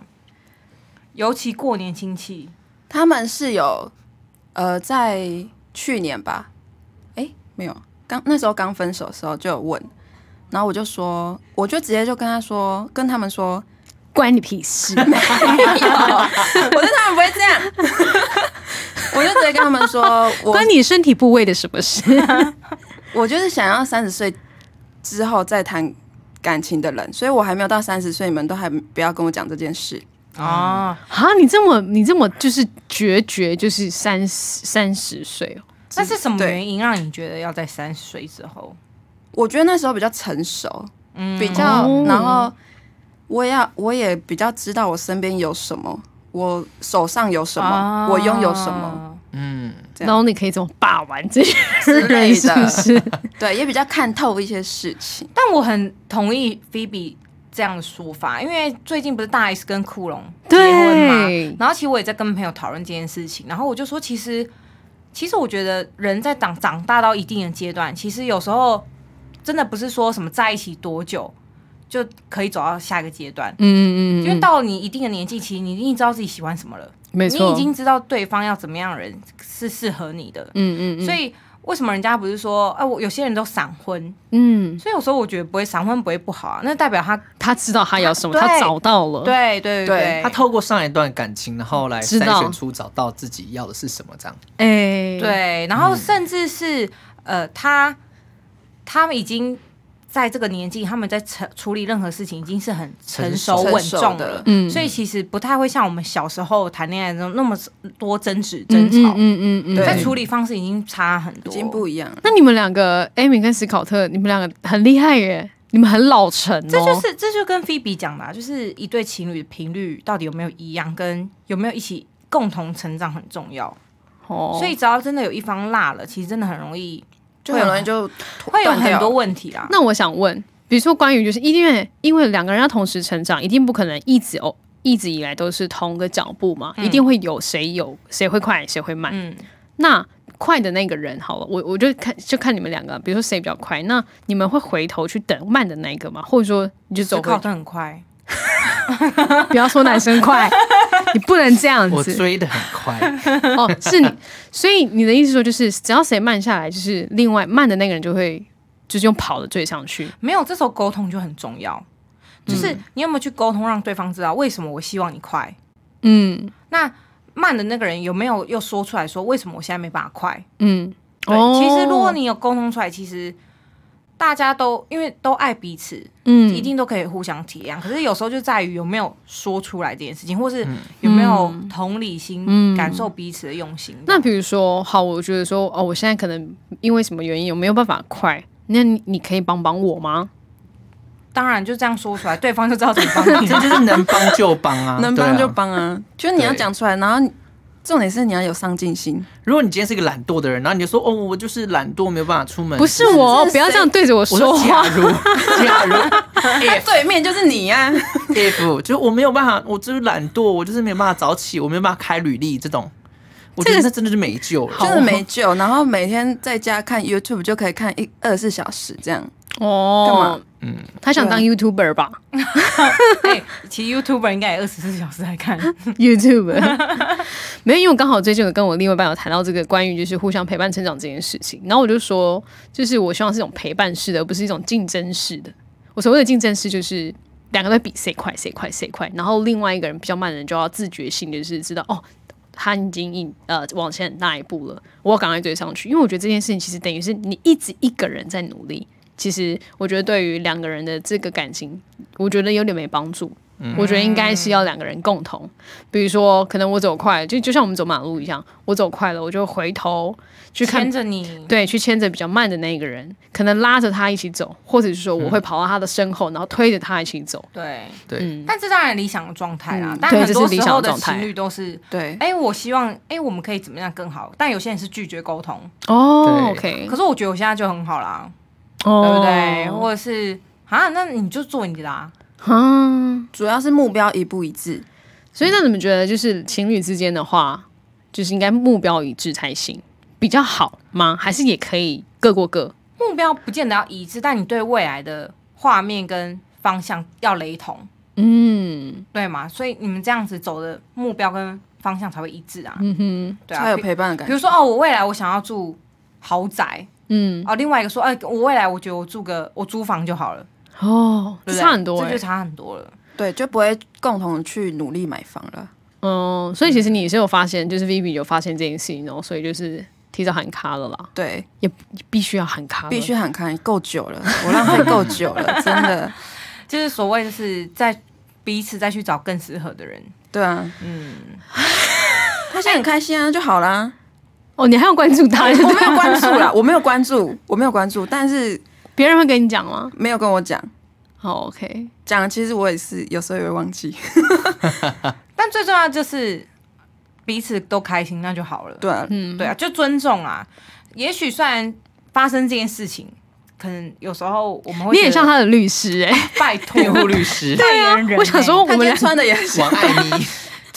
Speaker 5: 尤其过年亲戚，
Speaker 6: 他们是有呃，在去年吧，哎，没有，刚那时候刚分手的时候就有问，然后我就说，我就直接就跟他说，跟他们说，
Speaker 3: 关你屁 事！
Speaker 6: 没有，我对他们不会这样。 我就直接跟他们说，我
Speaker 3: 关你身体部位的什么事？
Speaker 6: 我就是想要三十岁之后再谈感情的人，所以我还没有到三十岁，你们都还不要跟我讲这件事。
Speaker 5: 哦，
Speaker 3: 啊，你这么你这么就是决绝，就是三三十岁哦。
Speaker 5: 那是什么
Speaker 6: 对
Speaker 5: 原因让你觉得要在三十岁之后？嗯
Speaker 6: 我觉得那时候比较成熟，比较，
Speaker 3: 哦
Speaker 6: 然后我也要我也比较知道我身边有什么，我手上有什么，
Speaker 5: 啊
Speaker 6: 我拥有什么，
Speaker 4: 嗯，
Speaker 6: 这样
Speaker 3: 然后你可以怎么把玩这些
Speaker 6: 之类
Speaker 3: 人，是不
Speaker 6: 的
Speaker 3: 是？
Speaker 6: 对，也比较看透一些事情。
Speaker 5: 但我很同意 Phoebe 这样的说法，因为最近不是大 S 跟库龙结婚
Speaker 3: 对
Speaker 5: 嘛，然后其实我也在跟朋友讨论这件事情，然后我就说，其实其实我觉得人在长长大到一定的阶段，其实有时候真的不是说什么在一起多久就可以走到下一个阶段，
Speaker 3: 嗯嗯嗯，
Speaker 5: 因为到你一定的年纪，其实你已经知道自己喜欢什么了，
Speaker 3: 没
Speaker 5: 你
Speaker 3: 错，
Speaker 5: 已经知道对方要怎么样的人是适合你的，
Speaker 3: 嗯嗯嗯，
Speaker 5: 所以为什么人家不是说，哎、我有些人都闪婚，
Speaker 3: 嗯，
Speaker 5: 所以有时候我觉得不会闪婚不会不好啊，那代表他
Speaker 3: 他知道他要什么，
Speaker 5: 对
Speaker 3: 他找到了，
Speaker 5: 对对
Speaker 6: 对
Speaker 4: 他透过上一段感情，然后来
Speaker 3: 知
Speaker 4: 筛
Speaker 3: 道
Speaker 4: 选出找到自己要的是什么，这样。
Speaker 3: 哎，
Speaker 5: 对，然后甚至是、呃，他他们已经在这个年纪，他们在成处理任何事情已经是很成熟
Speaker 4: 成
Speaker 6: 熟
Speaker 5: 稳
Speaker 6: 成
Speaker 5: 重
Speaker 6: 熟的
Speaker 3: 嗯
Speaker 5: 所以其实不太会像我们小时候谈恋爱的时候那么多争执
Speaker 3: 嗯
Speaker 5: 争吵，
Speaker 3: 嗯嗯嗯嗯，
Speaker 5: 在
Speaker 6: 对
Speaker 5: 处理方式已经差很
Speaker 6: 已
Speaker 5: 多，
Speaker 6: 经不一样了。
Speaker 3: 那你们两个，Amy 跟史考特，你们两个很厉害耶，你们很老成哦。
Speaker 5: 这就是这就跟菲比讲的、啊，就是一对情侣的频率到底有没有一样，跟有没有一起共同成长很重要。
Speaker 3: 哦，
Speaker 5: 所以只要真的有一方落了，其实真的很容易
Speaker 6: 就很容易就
Speaker 5: 会有
Speaker 6: 断
Speaker 5: 很
Speaker 6: 掉
Speaker 5: 多问题啦。
Speaker 3: 那我想问，比如说关于就是因为因为两个人要同时成长，一定不可能一直哦一直以来都是同个脚步嘛，
Speaker 5: 嗯
Speaker 3: 一定会有谁有谁会快，谁会慢。
Speaker 5: 嗯，
Speaker 3: 那快的那个人好了，我我就看就看你们两个，比如说谁比较快，那你们会回头去等慢的那一个吗？或者说你就走
Speaker 5: 思
Speaker 3: 回
Speaker 5: 考的很快，
Speaker 3: 不要说男生 快，你不能这样
Speaker 4: 我
Speaker 3: 子
Speaker 4: 追的很快，
Speaker 3: 哦。是你，所以你的意思说就是，只要谁慢下来，就是另外慢的那个人就会就是用跑的追上去。
Speaker 5: 没有这时候沟通就很重要，
Speaker 6: 嗯
Speaker 5: 就是你有没有去沟通，让对方知道为什么我希望你快。
Speaker 3: 嗯
Speaker 5: 那慢的那个人有没有又说出来说为什么我现在没办法快？
Speaker 3: 嗯，
Speaker 5: 对，
Speaker 3: 哦
Speaker 5: 其实如果你有沟通出来，其实大家都因为都爱彼此，
Speaker 3: 嗯
Speaker 5: 一定都可以互相体谅。可是有时候就在于有没有说出来这件事情，或是有没有同理心，
Speaker 3: 嗯
Speaker 5: 感受彼此的用心。
Speaker 3: 那比如说，好，我觉得说，哦，我现在可能因为什么原因，我没有办法快，那你你可以帮帮我吗？
Speaker 5: 当然就这样说出来，对方就知道怎么帮 你。
Speaker 4: 这就是能帮就帮啊，
Speaker 6: 能
Speaker 4: 对啊
Speaker 6: 帮就。帮啊，就是你要
Speaker 4: 对
Speaker 6: 讲出来，然后你重点是你要有上进心。
Speaker 4: 如果你今天是一个懒惰的人，然后你就说哦，我就是懒惰，没有办法出门。
Speaker 3: 不是我，哦
Speaker 6: 是
Speaker 3: 不要这样对着我
Speaker 4: 我
Speaker 3: 说
Speaker 4: 说
Speaker 3: 话
Speaker 4: 假。如假如
Speaker 5: 哎
Speaker 6: 他啊对面就是你啊 呀、
Speaker 4: if 就是我没有办法，我就是懒惰，我就是没有办法早起，我没有办法开履历这种，我觉得这真的是没救了。
Speaker 6: 就是没救。然后每天在家看 YouTube 就可以看一二十四小时这样。
Speaker 3: 哦
Speaker 6: 干，
Speaker 4: 嗯，
Speaker 3: 他想当
Speaker 6: 对
Speaker 3: YouTuber 吧
Speaker 5: 哎其实 YouTuber 应该也二十四小时在 看。
Speaker 3: 啊？YouTube 没有，因为我刚好最近有跟我另外一半有谈到这个关于就是互相陪伴成长这件事情，然后我就说，就是我希望是一种陪伴式的，而不是一种竞争式的。我所谓的竞争式就是。两个在比谁快，谁快，谁快。然后另外一个人比较慢的人就要自觉性，就是知道哦，他已经一呃往前很大一步了，我要赶快追上去。因为我觉得这件事情其实等于是你一直一个人在努力，其实我觉得对于两个人的这个感情，我觉得有点没帮助。我觉得应该是要两个人共同，比如说可能我走快了，就就像我们走马路一样，我走快了，我就回头去看
Speaker 5: 牵着 你，
Speaker 3: 对，去牵着比较慢的那一个人，可能拉着他一起走，或者是说我会跑到他的身后，然后推着他一起走。
Speaker 5: 对，
Speaker 4: 对，
Speaker 5: 但这当然理想的状态啦
Speaker 3: 嗯。
Speaker 5: 但
Speaker 3: 对
Speaker 5: 很
Speaker 3: 这
Speaker 5: 多
Speaker 3: 是理
Speaker 5: 时
Speaker 3: 想
Speaker 5: 候
Speaker 3: 的
Speaker 5: 的
Speaker 3: 状态
Speaker 5: 情侣都是，
Speaker 6: 对，
Speaker 5: 哎，我希望，哎，我们可以怎么样更好？但有些人是拒绝沟通，
Speaker 3: 哦
Speaker 4: 对
Speaker 3: ，OK，
Speaker 5: 可是我觉得我现在就很好啦，对
Speaker 3: 对
Speaker 5: 不对？
Speaker 3: 哦
Speaker 5: 或者是啊，那你就做你的啦。
Speaker 3: 啊，
Speaker 6: 主要是目标一步一致。
Speaker 3: 所以那你们觉得就是情侣之间的话，就是应该目标一致才行，比较好吗？还是也可以各过各？
Speaker 5: 目标不见得要一致，但你对未来的画面跟方向要雷同，
Speaker 3: 嗯
Speaker 5: 对吗？所以你们这样子走的目标跟方向才会一致啊。
Speaker 3: 嗯哼，
Speaker 5: 对
Speaker 6: 才
Speaker 5: 啊，
Speaker 6: 有
Speaker 5: 比
Speaker 6: 陪伴的感
Speaker 5: 比
Speaker 6: 觉。
Speaker 5: 如说哦，我未来我想要住豪宅，
Speaker 3: 嗯，
Speaker 5: 哦，另外一个说，哎，我未来我觉得我住个我租房就好了，
Speaker 3: 哦，
Speaker 5: 对不对
Speaker 3: 差很多、
Speaker 5: 这
Speaker 3: 欸
Speaker 5: 就，差很多了。
Speaker 6: 对，就不会共同去努力买房了。
Speaker 3: 嗯，所以其实你是有发现，就是 Vivi 有发现这件事情哦，所以就是提早喊卡了啦，
Speaker 6: 对，
Speaker 3: 必须要喊卡，
Speaker 6: 必须喊看够久了，我浪费够久 了，真的。
Speaker 5: 就是所谓的是在彼此再去找更适合的人。
Speaker 6: 对啊，
Speaker 5: 嗯，
Speaker 6: 他现在很开心啊，就好啦。
Speaker 3: 哦，你还要关注 他，
Speaker 6: 我没有 关注啦，我没有关注，我没有关注，但是
Speaker 3: 别人会跟你讲吗？
Speaker 6: 没有跟我讲，
Speaker 3: 哦，OK，
Speaker 6: 讲了，其实我也是有时候也会忘记。
Speaker 5: 但最重要就是彼此都开心，那就好了。
Speaker 6: 对啊，
Speaker 3: 嗯，
Speaker 5: 对啊，就尊重啊。也许虽然发生这件事情，可能有时候我们会
Speaker 3: 你也像
Speaker 5: 觉得
Speaker 3: 他的律师哎、
Speaker 5: 拜托
Speaker 4: 辩护律 师
Speaker 5: 代言人欸、
Speaker 3: 我想说我
Speaker 6: 他
Speaker 3: 们
Speaker 6: 今
Speaker 3: 俩
Speaker 6: 天穿的也很像
Speaker 4: 王爱妮，
Speaker 5: 就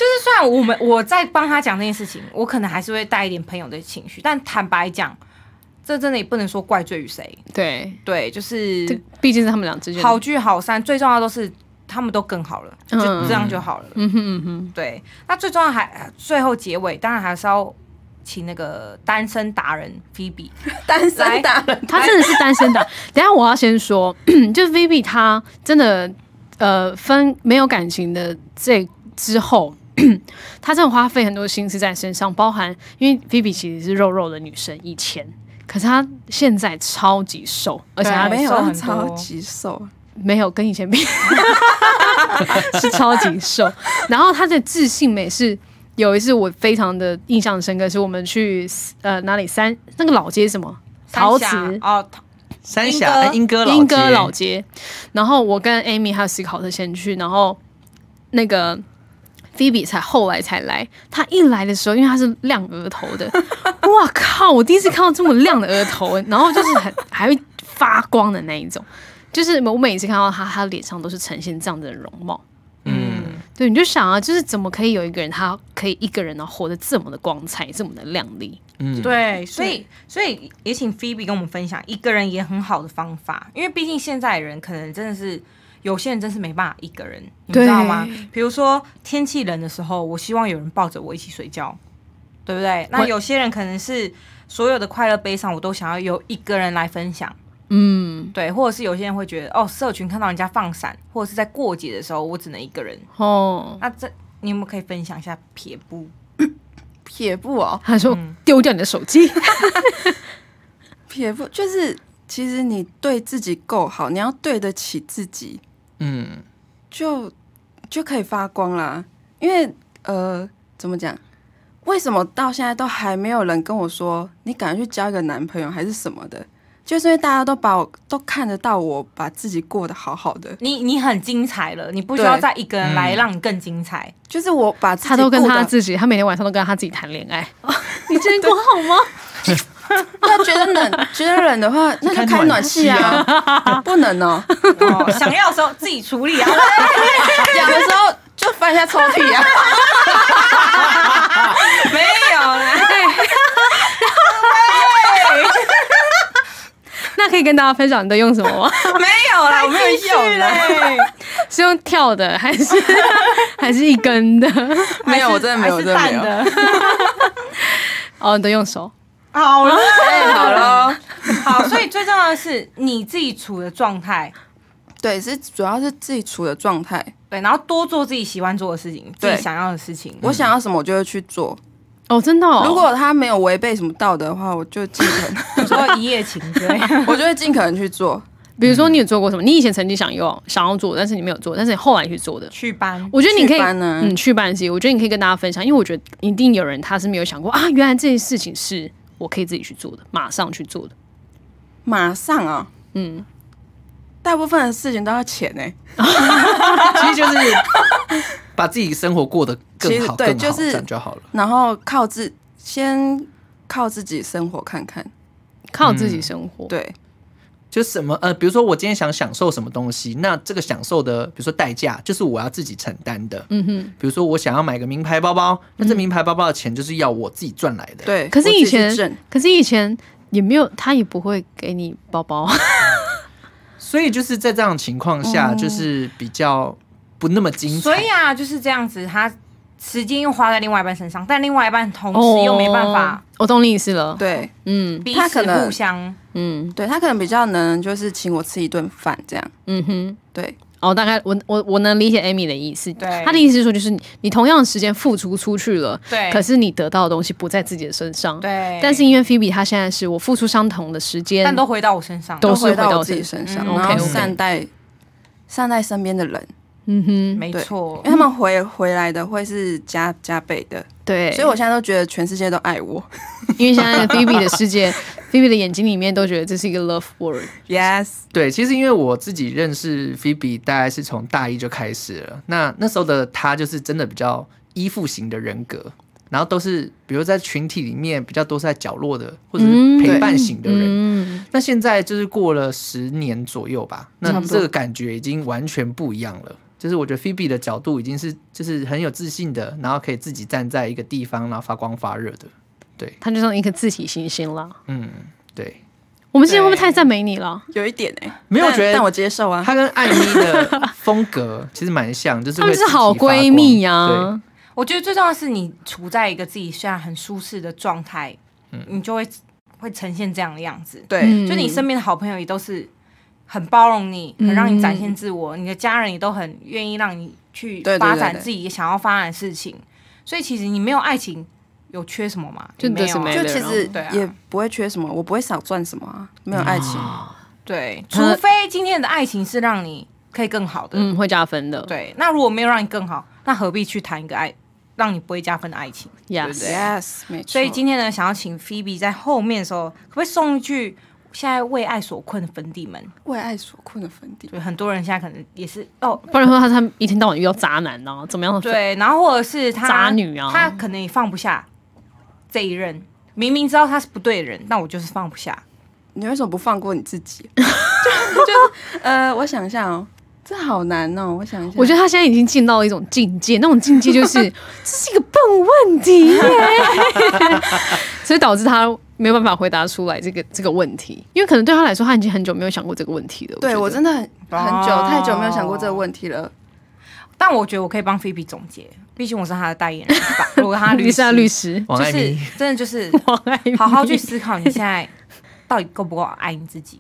Speaker 5: 是虽然我们我在帮他讲这件事情，我可能还是会带一点朋友的情绪，但坦白讲，这真的也不能说怪罪于谁。
Speaker 3: 对，
Speaker 5: 对，就是
Speaker 3: 这毕竟是他们俩之间的
Speaker 5: 好聚好散，最重要都是他们都更好了，就
Speaker 3: 嗯
Speaker 5: 这样就好了。
Speaker 3: 嗯哼嗯哼，
Speaker 5: 对，那最重要还最后结尾，当然还是要请那个单身达人 Phoebe。
Speaker 6: 单身达人，
Speaker 3: 他真的是单身的。 等一下我要先说， 就是 Vivi 她真的呃分没有感情的这之后。 她真的花费很多心思在身上，包含因为 Vivi 其实是肉肉的女生，以前，可是她现在超级瘦，而且
Speaker 5: 对
Speaker 3: 她
Speaker 5: 啊
Speaker 6: 没有
Speaker 5: 瘦
Speaker 6: 他
Speaker 5: 很
Speaker 6: 超
Speaker 5: 多
Speaker 6: 级瘦，
Speaker 3: 没有跟以前比， 是超级瘦。然后他的自信美是有一次我非常的印象深刻，是我们去呃哪里三那个老街是什么陶瓷
Speaker 5: 三峡哦，陶
Speaker 4: 三
Speaker 5: 英
Speaker 4: 峡
Speaker 5: 哥
Speaker 4: 哎英哥老
Speaker 3: 莺歌
Speaker 4: 街
Speaker 3: 老街，然后我跟 Amy 还有思考特先去，然后那个 Phoebe 才后来才来。她一来的时候，因为她是亮额头的， 哇靠！我第一次看到这么亮的额头，欸然后就是很还会发光的那一种，就是我每次看到她，她脸上都是呈现这样的容貌。
Speaker 4: 嗯，
Speaker 3: 对，你就想啊，就是怎么可以有一个人，他可以一个人呢活得这么的光彩，这么的亮丽？
Speaker 4: 嗯，
Speaker 5: 对，所以所以也请 Phoebe 跟我们分享一个人也很好的方法，因为毕竟现在人可能真的是有些人真是没办法一个人，你知道吗？比如说天气冷的时候，我希望有人抱着我一起睡觉，对不对？那
Speaker 3: 我
Speaker 5: 有些人可能是所有的快乐悲伤，我都想要由一个人来分享。
Speaker 3: 嗯，
Speaker 5: 对，或者是有些人会觉得，哦，社群看到人家放闪，或者是在过节的时候，我只能一个人。
Speaker 3: 哦，
Speaker 5: 那这你有没有可以分享一下撇步？嗯
Speaker 6: 撇步哦，
Speaker 3: 他说丢掉你的手 机，
Speaker 6: 撇步就是其实你对自己够好，你要对得起自己，
Speaker 4: 嗯，
Speaker 6: 就就可以发光啦。因为呃，怎么讲？为什么到现在都还没有人跟我说你赶快去交一个男朋友还是什么的？就是因为大家都把我都看得到我把自己过得好好的，
Speaker 5: 你你很精彩了，你不需要
Speaker 6: 对
Speaker 5: 再一个人来
Speaker 4: 嗯
Speaker 5: 让你更精彩。
Speaker 6: 就是我把自己
Speaker 3: 他都跟
Speaker 6: 过
Speaker 3: 他
Speaker 6: 得
Speaker 3: 自己，他每天晚上都跟他自己谈恋爱。哦 你今天过好吗？
Speaker 6: 那觉得冷，觉得冷的话，那就开暖气啊，不能哦。
Speaker 5: 哦，想要的时候自己处 理啊。
Speaker 6: 痒的时候就翻一下抽屉啊。
Speaker 5: 没有啦，
Speaker 3: 那可以跟大家分享你都用什么吗？
Speaker 5: 没有啦，我没有
Speaker 6: 有
Speaker 5: 用嘞。
Speaker 3: 是用跳的，还 是还是一根的？
Speaker 6: 没有，我真的没有，
Speaker 5: 还
Speaker 6: 真
Speaker 5: 是
Speaker 6: 的没
Speaker 5: 淡
Speaker 6: 有。
Speaker 5: 的。
Speaker 3: 哦，你都用手。
Speaker 5: 好了，
Speaker 6: 哎，好咯，
Speaker 5: 好，所以最重要的是你自己处的状态，
Speaker 6: 对，是主要是自己处的状态，
Speaker 5: 对，然后多做自己喜欢做的事情，自
Speaker 6: 对
Speaker 5: 己想要的事情。
Speaker 6: 我想要什么我就会去做。
Speaker 3: 哦，真的、哦。
Speaker 6: 如果他没有违背什么道德的话，我就尽可
Speaker 5: 我说一夜情之类的。
Speaker 6: 能，我就会尽可能去做。
Speaker 3: 比如说你有做过什么，你以前曾经想要想要做，但是你没有做，但是你后来去做的。
Speaker 5: 去班，
Speaker 3: 我觉得你可以
Speaker 6: 去，班呢
Speaker 3: 嗯，去办事，我觉得你可以跟大家分享，因为我觉得一定有人他是没有想过啊，原来这件事情是我可以自己去做的，马上去做的。
Speaker 6: 马上啊，
Speaker 3: 嗯，
Speaker 6: 大部分的事情都要钱哎，
Speaker 4: 其实就是把自己生活过得
Speaker 6: 其
Speaker 4: 更
Speaker 6: 实
Speaker 4: 好，
Speaker 6: 对
Speaker 4: 更好，
Speaker 6: 就是
Speaker 4: 这样就好了。
Speaker 6: 然后靠自先靠自己生活看看。
Speaker 3: 靠自己生活。
Speaker 6: 对，
Speaker 4: 就什么呃，比如说我今天想享受什么东西，那这个享受的，比如说代价，就是我要自己承担的。
Speaker 3: 嗯哼。
Speaker 4: 比如说我想要买个名牌包包，那这名牌包包的钱就是要我自己赚来的。，
Speaker 6: 对，
Speaker 3: 可是
Speaker 6: 我自
Speaker 3: 以
Speaker 6: 己去
Speaker 3: 前
Speaker 6: 挣，
Speaker 3: 可是以前也没有，他也不会给你包包。
Speaker 4: 所以就是在这样的情况下，就是比较不那么精彩。
Speaker 5: 所以啊，就是这样子，他时间又花在另外一半身上，但另外一半同时又没办法
Speaker 3: 哦，我懂你意思了。
Speaker 6: 对
Speaker 3: 嗯
Speaker 5: 彼
Speaker 6: 他可
Speaker 5: 此
Speaker 6: 能
Speaker 5: 互相。
Speaker 3: 嗯
Speaker 6: 对，他可能比较能就是请我吃一顿饭这样。
Speaker 3: 嗯哼。
Speaker 6: 对，
Speaker 3: 哦，大概我我我能理解 Amy 的意思，
Speaker 5: 对
Speaker 3: 她的意思是说，就是你你同样的时间付出出去了，
Speaker 5: 对
Speaker 3: 可是你得到的东西不在自己的身上，。
Speaker 5: 对，
Speaker 3: 但是因为 Phoebe 她现在是我付出相同的时间，
Speaker 5: 但都回到我身上，
Speaker 3: 都是
Speaker 6: 回
Speaker 3: 回
Speaker 6: 到
Speaker 3: 到
Speaker 6: 我自己
Speaker 3: 自
Speaker 6: 身上，
Speaker 5: 嗯
Speaker 6: 然后
Speaker 3: OK，OK
Speaker 6: 善待善待身边的人，
Speaker 3: 嗯哼，
Speaker 5: 没
Speaker 6: 对
Speaker 5: 错
Speaker 6: 因为。他们回回来的会是加加倍的，
Speaker 3: 对，
Speaker 6: 所以我现在都觉得全世界都爱我。
Speaker 3: 因为现在 Phoebe 的世界菲菲的眼睛里面都觉得这是一个 love word。
Speaker 6: Yes，
Speaker 4: 对，其实因为我自己认识菲比，大概是从大一就开始了。那那时候的她就是真的比较依附型的人格，然后都是比如在群体里面比较多是在角落的，或者是陪伴型的人。
Speaker 3: 嗯，
Speaker 4: 那现在就是过了十年左右吧，
Speaker 6: 差
Speaker 4: 那
Speaker 6: 不多
Speaker 4: 这个感觉已经完全不一样了。就是我觉得 Phoebe 的角度已经是就是很有自信的，然后可以自己站在一个地方，然后发光发热的。
Speaker 3: 他就像一颗自体行星了。
Speaker 4: 嗯，对。
Speaker 3: 我们现在会不会太赞美你了？
Speaker 6: 有一点哎、
Speaker 4: 没有
Speaker 6: 但
Speaker 4: 觉得
Speaker 6: 但我接 受啊。
Speaker 4: 她跟艾米的风格 其实蛮像，就是
Speaker 3: 她们
Speaker 4: 会
Speaker 3: 是
Speaker 4: 自己
Speaker 3: 好
Speaker 4: 发光
Speaker 3: 闺蜜啊呀、
Speaker 4: 对
Speaker 5: 我觉得最重要的是你处在一个自己虽然很舒适的状态，你就会会呈现这样的样子。
Speaker 6: 对，
Speaker 3: 嗯
Speaker 5: 就你身边的好朋友也都是很包容你，
Speaker 3: 嗯
Speaker 5: 很让你展现自我，你的家人也都很愿意让你去
Speaker 6: 对对对
Speaker 5: 发展
Speaker 6: 对
Speaker 5: 自己想要发展的事情。所以其实你没有爱情，有缺什么吗？
Speaker 3: 真的
Speaker 5: 也
Speaker 3: 是
Speaker 5: 没有啊
Speaker 3: 没
Speaker 6: 就
Speaker 3: 有
Speaker 6: 其实
Speaker 5: 对啊
Speaker 6: 也不会缺什么，我不会少赚什么啊，没有爱情。
Speaker 5: 对，除
Speaker 3: 他
Speaker 5: 非今天的爱情是让你可以更好的。
Speaker 3: 嗯，会加分的。
Speaker 5: 对，那如果没有让你更好，那何必去谈一个爱让你不会加分的爱情？
Speaker 3: ，yes，
Speaker 6: Yes，没错。
Speaker 5: 所以今天呢，想要请 Phoebe 在后面的时候，可不可以送一句现在为爱所困的粉底们？
Speaker 6: 为爱所困的粉底，
Speaker 5: 就很多人现在可能也是 哦，
Speaker 3: 不然的话，他们一天到晚遇到渣男啊，怎么样？，
Speaker 5: 对，然后或者是他
Speaker 3: 渣女啊
Speaker 5: 他可能也放不下这一任，明明知道他是不对的人，但我就是放不下。
Speaker 6: 你为什么不放过你自 己？就就是呃， 我想一下哦，这好难哦，我想一下。
Speaker 3: 我觉得他现在已经进到了一种境界，那种境界就是这是一个笨问题耶， 所以导致他没有办法回答出来这个这个问题，因为可能对他来说，他已经很久没有想过这个问题了。
Speaker 6: 对
Speaker 3: 我
Speaker 6: 我
Speaker 3: 觉得
Speaker 6: 真的很很久
Speaker 5: 哦
Speaker 6: 太久没有想过这个问题了。
Speaker 5: 但我觉得我可以帮 Phoebe 总结，毕竟我是他的代言人，是吧如果他的律
Speaker 3: 你
Speaker 5: 师，
Speaker 3: 是他律师，
Speaker 4: 王
Speaker 5: 就
Speaker 4: 艾
Speaker 5: 是
Speaker 4: 米，
Speaker 5: 真的就是
Speaker 3: 王爱民
Speaker 5: 好好去思考你现在到底够不够爱你自己，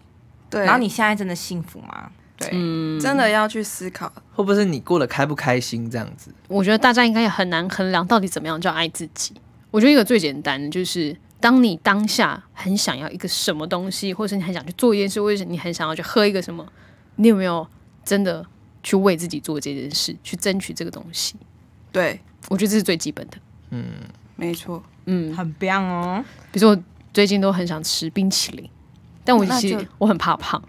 Speaker 6: 对，嗯
Speaker 5: 然后你现在真的幸福吗？对，
Speaker 6: 真的要去思考。
Speaker 4: 会不会是你过得开不开心这样子？
Speaker 3: 我觉得大家应该也很难衡量到底怎么样叫爱自己。我觉得一个最简单的就是，当你当下很想要一个什么东西，或者是你很想去做一件事，或者是你很想要去喝一个什么，你有没有真的去为自己做这件事，去争取这个东西？
Speaker 6: 对，
Speaker 3: 我觉得这是最基本的。
Speaker 6: 没错。
Speaker 3: 嗯，
Speaker 5: 很棒哦。
Speaker 3: 比如说我最近都很想吃冰淇淋，但我其
Speaker 6: 那
Speaker 3: 实
Speaker 6: 就
Speaker 3: 我很怕胖，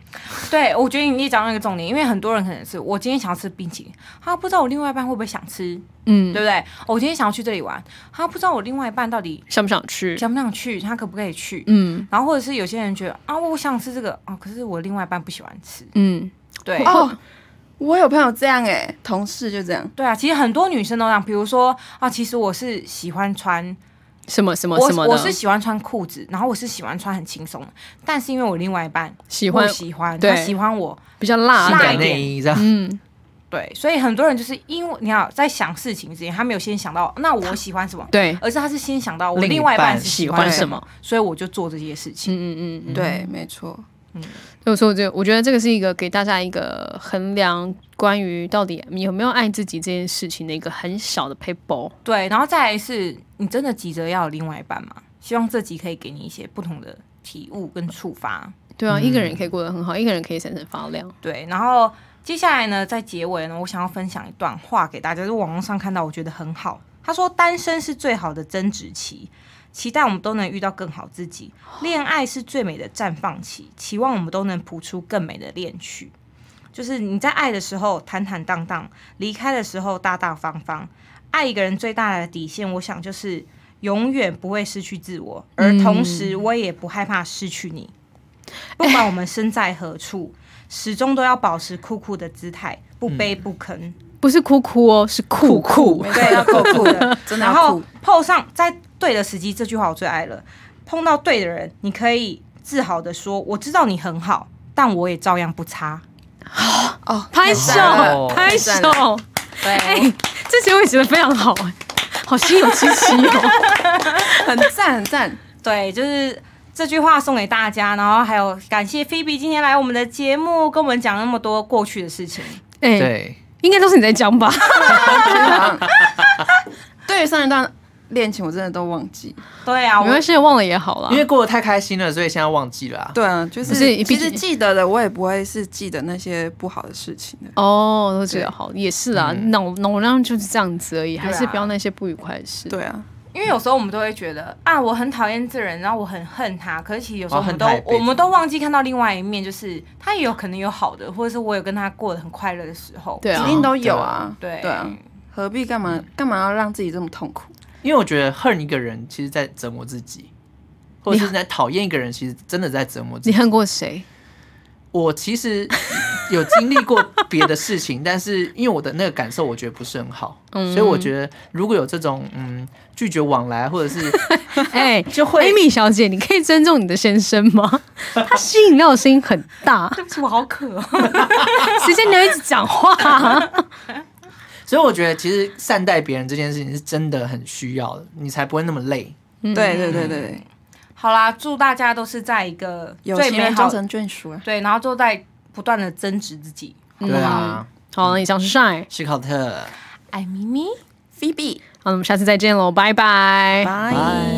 Speaker 5: 对，我觉得你也讲到一个重点，因为很多人可能是我今天想要吃冰淇淋，他不知道我另外一半会不会想吃，
Speaker 3: 嗯
Speaker 5: 对，不对？哦我今天想要去这里玩，他不知道我另外一半到底
Speaker 3: 想不想吃？
Speaker 5: 想不想去，他可不可以去？
Speaker 3: 嗯
Speaker 5: 然后或者是有些人觉得啊，我想吃这个啊，可是我另外一半不喜欢吃。
Speaker 3: 嗯，
Speaker 5: 对
Speaker 6: 哦，我有朋友这样哎、同事就这样。
Speaker 5: 对啊，其实很多女生都这样，比如说啊，其实我是喜欢穿，
Speaker 3: 什么什么
Speaker 5: 我
Speaker 3: 什么的，
Speaker 5: 我是喜欢穿裤子，然后我是喜欢穿很轻松的，但是因为我另外一半
Speaker 3: 喜欢
Speaker 5: 不喜欢，
Speaker 3: 对
Speaker 5: 他喜欢我，
Speaker 3: 比较辣
Speaker 5: 辣
Speaker 4: 改
Speaker 5: 一
Speaker 3: 的，
Speaker 5: 点
Speaker 4: 内衣这样，
Speaker 3: 嗯，
Speaker 5: 对，所以很多人就是因为你要在想事情之前，他没有先想到那我喜欢什么，
Speaker 3: 对，
Speaker 5: 而是他是先想到我
Speaker 4: 另一
Speaker 5: 另外一
Speaker 4: 半
Speaker 5: 半是
Speaker 3: 喜
Speaker 5: 欢
Speaker 3: 欢
Speaker 5: 什
Speaker 3: 什
Speaker 5: 么
Speaker 3: 么，
Speaker 5: 所以我就做这些事情。
Speaker 3: 嗯嗯嗯。
Speaker 6: 对，没错。
Speaker 3: 所以我说，这我觉得这个是一个给大家一个衡量关于到底你有没有爱自己这件事情的一个很小的 paper。
Speaker 5: 对，然后再来是你真的急着要有另外一半吗？希望这集可以给你一些不同的体悟跟触发。
Speaker 3: 对啊，一个人可以过得很好，一个人可以闪闪发亮。
Speaker 5: 对，然后接下来呢，在结尾呢，我想要分享一段话给大家，是网络上看到，我觉得很好。他说：“单身是最好的增值期，期待我们都能遇到更好自己；恋爱是最美的绽放期，期望我们都能谱出更美的恋曲。”就是你在爱的时候坦坦荡荡，离开的时候大大方方。爱一个人最大的底线，我想就是永远不会失去自我，而同时我也不害怕失去你。不管我们身在何处，始终都要保持酷酷的姿态，不卑不吭。
Speaker 3: 不是哭哭哦，是酷酷。
Speaker 6: 没错，要酷酷 的，真的
Speaker 5: 然
Speaker 6: 要
Speaker 5: 后
Speaker 6: 酷。
Speaker 5: 碰上在对的时机，这句话我最爱了。碰到对的人，你可以自豪的说：“我知道你很好，但我也照样不差。
Speaker 6: 哦，
Speaker 3: 拍
Speaker 6: 太赞了
Speaker 3: 手，拍手
Speaker 6: 太赞！
Speaker 5: 对”
Speaker 3: 这结尾写的非常好，哎，好心有戚戚哦。
Speaker 6: 很赞很赞。
Speaker 5: 对，就是这句话送给大家。然后还有感谢菲比今天来我们的节目，跟我们讲那么多过去的事情。
Speaker 3: 哎，
Speaker 4: 对，
Speaker 3: 应该都是你在讲吧？
Speaker 6: 对于上一段恋情，我真的都忘记。
Speaker 5: 对啊，
Speaker 3: 没关
Speaker 5: 我
Speaker 3: 系，忘了也好啦
Speaker 4: 因。为过得太开心了，所以现在忘记了、啊。
Speaker 6: 对啊，就是
Speaker 3: 不是
Speaker 6: 其实
Speaker 3: 毕竟
Speaker 6: 记得的，我也不会是记得那些不好的事情的。
Speaker 3: 哦，都觉得好，也是啦，
Speaker 4: 嗯
Speaker 3: 脑脑容量就是这样子而已，还是
Speaker 5: 对啊
Speaker 3: 不要那些不愉快的事。
Speaker 6: 对啊，
Speaker 5: 因为有时候我们都会觉得啊，我很讨厌这人，然后我很恨他。可是其实有时候
Speaker 4: 我
Speaker 5: 我
Speaker 4: 恨
Speaker 5: 们都
Speaker 4: 他一辈子
Speaker 5: 我们都忘记看到另外一面，就是他也有可能有好的，或者是我有跟他过得很快乐的时候。
Speaker 3: 对
Speaker 6: 一
Speaker 3: 啊，
Speaker 6: 定都有啊，
Speaker 5: 对
Speaker 6: 对啊，何必干嘛干嘛要让自己这么痛苦？
Speaker 4: 因为我觉得恨一个人，其实在折磨自己，或者是在讨厌一个人，其实真的在折磨自
Speaker 3: 你
Speaker 4: 己。
Speaker 3: 恨过谁？
Speaker 4: 我其实有经历过别的事情， 但是因为我的那个感受，我觉得不是很好，
Speaker 3: 嗯
Speaker 4: 所以我觉得如果有这种嗯拒绝往来，或者是
Speaker 3: 哎、
Speaker 4: 就会
Speaker 3: Amy 小姐，你可以尊重你的先生 吗？他吸引到的声音很大，
Speaker 5: 对不起，我好渴、哦。
Speaker 3: 谁叫你要一直讲话、
Speaker 4: 所以我觉得，其实善待别人这件事情是真的很需要的，你才不会那么累。
Speaker 3: 嗯
Speaker 6: 对对对对对，
Speaker 5: 好啦，祝大家都是在一个
Speaker 6: 有
Speaker 5: 最
Speaker 6: 情
Speaker 5: 美
Speaker 6: 人
Speaker 5: 好
Speaker 6: 终成眷属啊！
Speaker 5: 对，然后都在不断的增值自己。
Speaker 4: 对啊，
Speaker 3: 好，以上是 Shine，
Speaker 4: 史考特，
Speaker 6: 哎
Speaker 5: 爱咪咪，
Speaker 6: 菲比，
Speaker 3: 好，我们下次再见喽，拜拜。
Speaker 6: 拜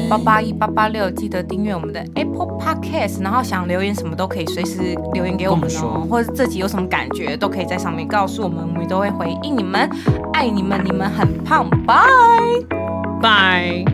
Speaker 5: 八八一八八六，记得订阅我们的 Apple Podcast，然后想留言什么都可以随时留言给我们
Speaker 4: 跟我
Speaker 5: 哦
Speaker 4: 们，
Speaker 5: 或者这集有什么感觉都可以在上面告诉我们，我们都会回应你们。爱你们，你们很棒，拜。
Speaker 3: 拜。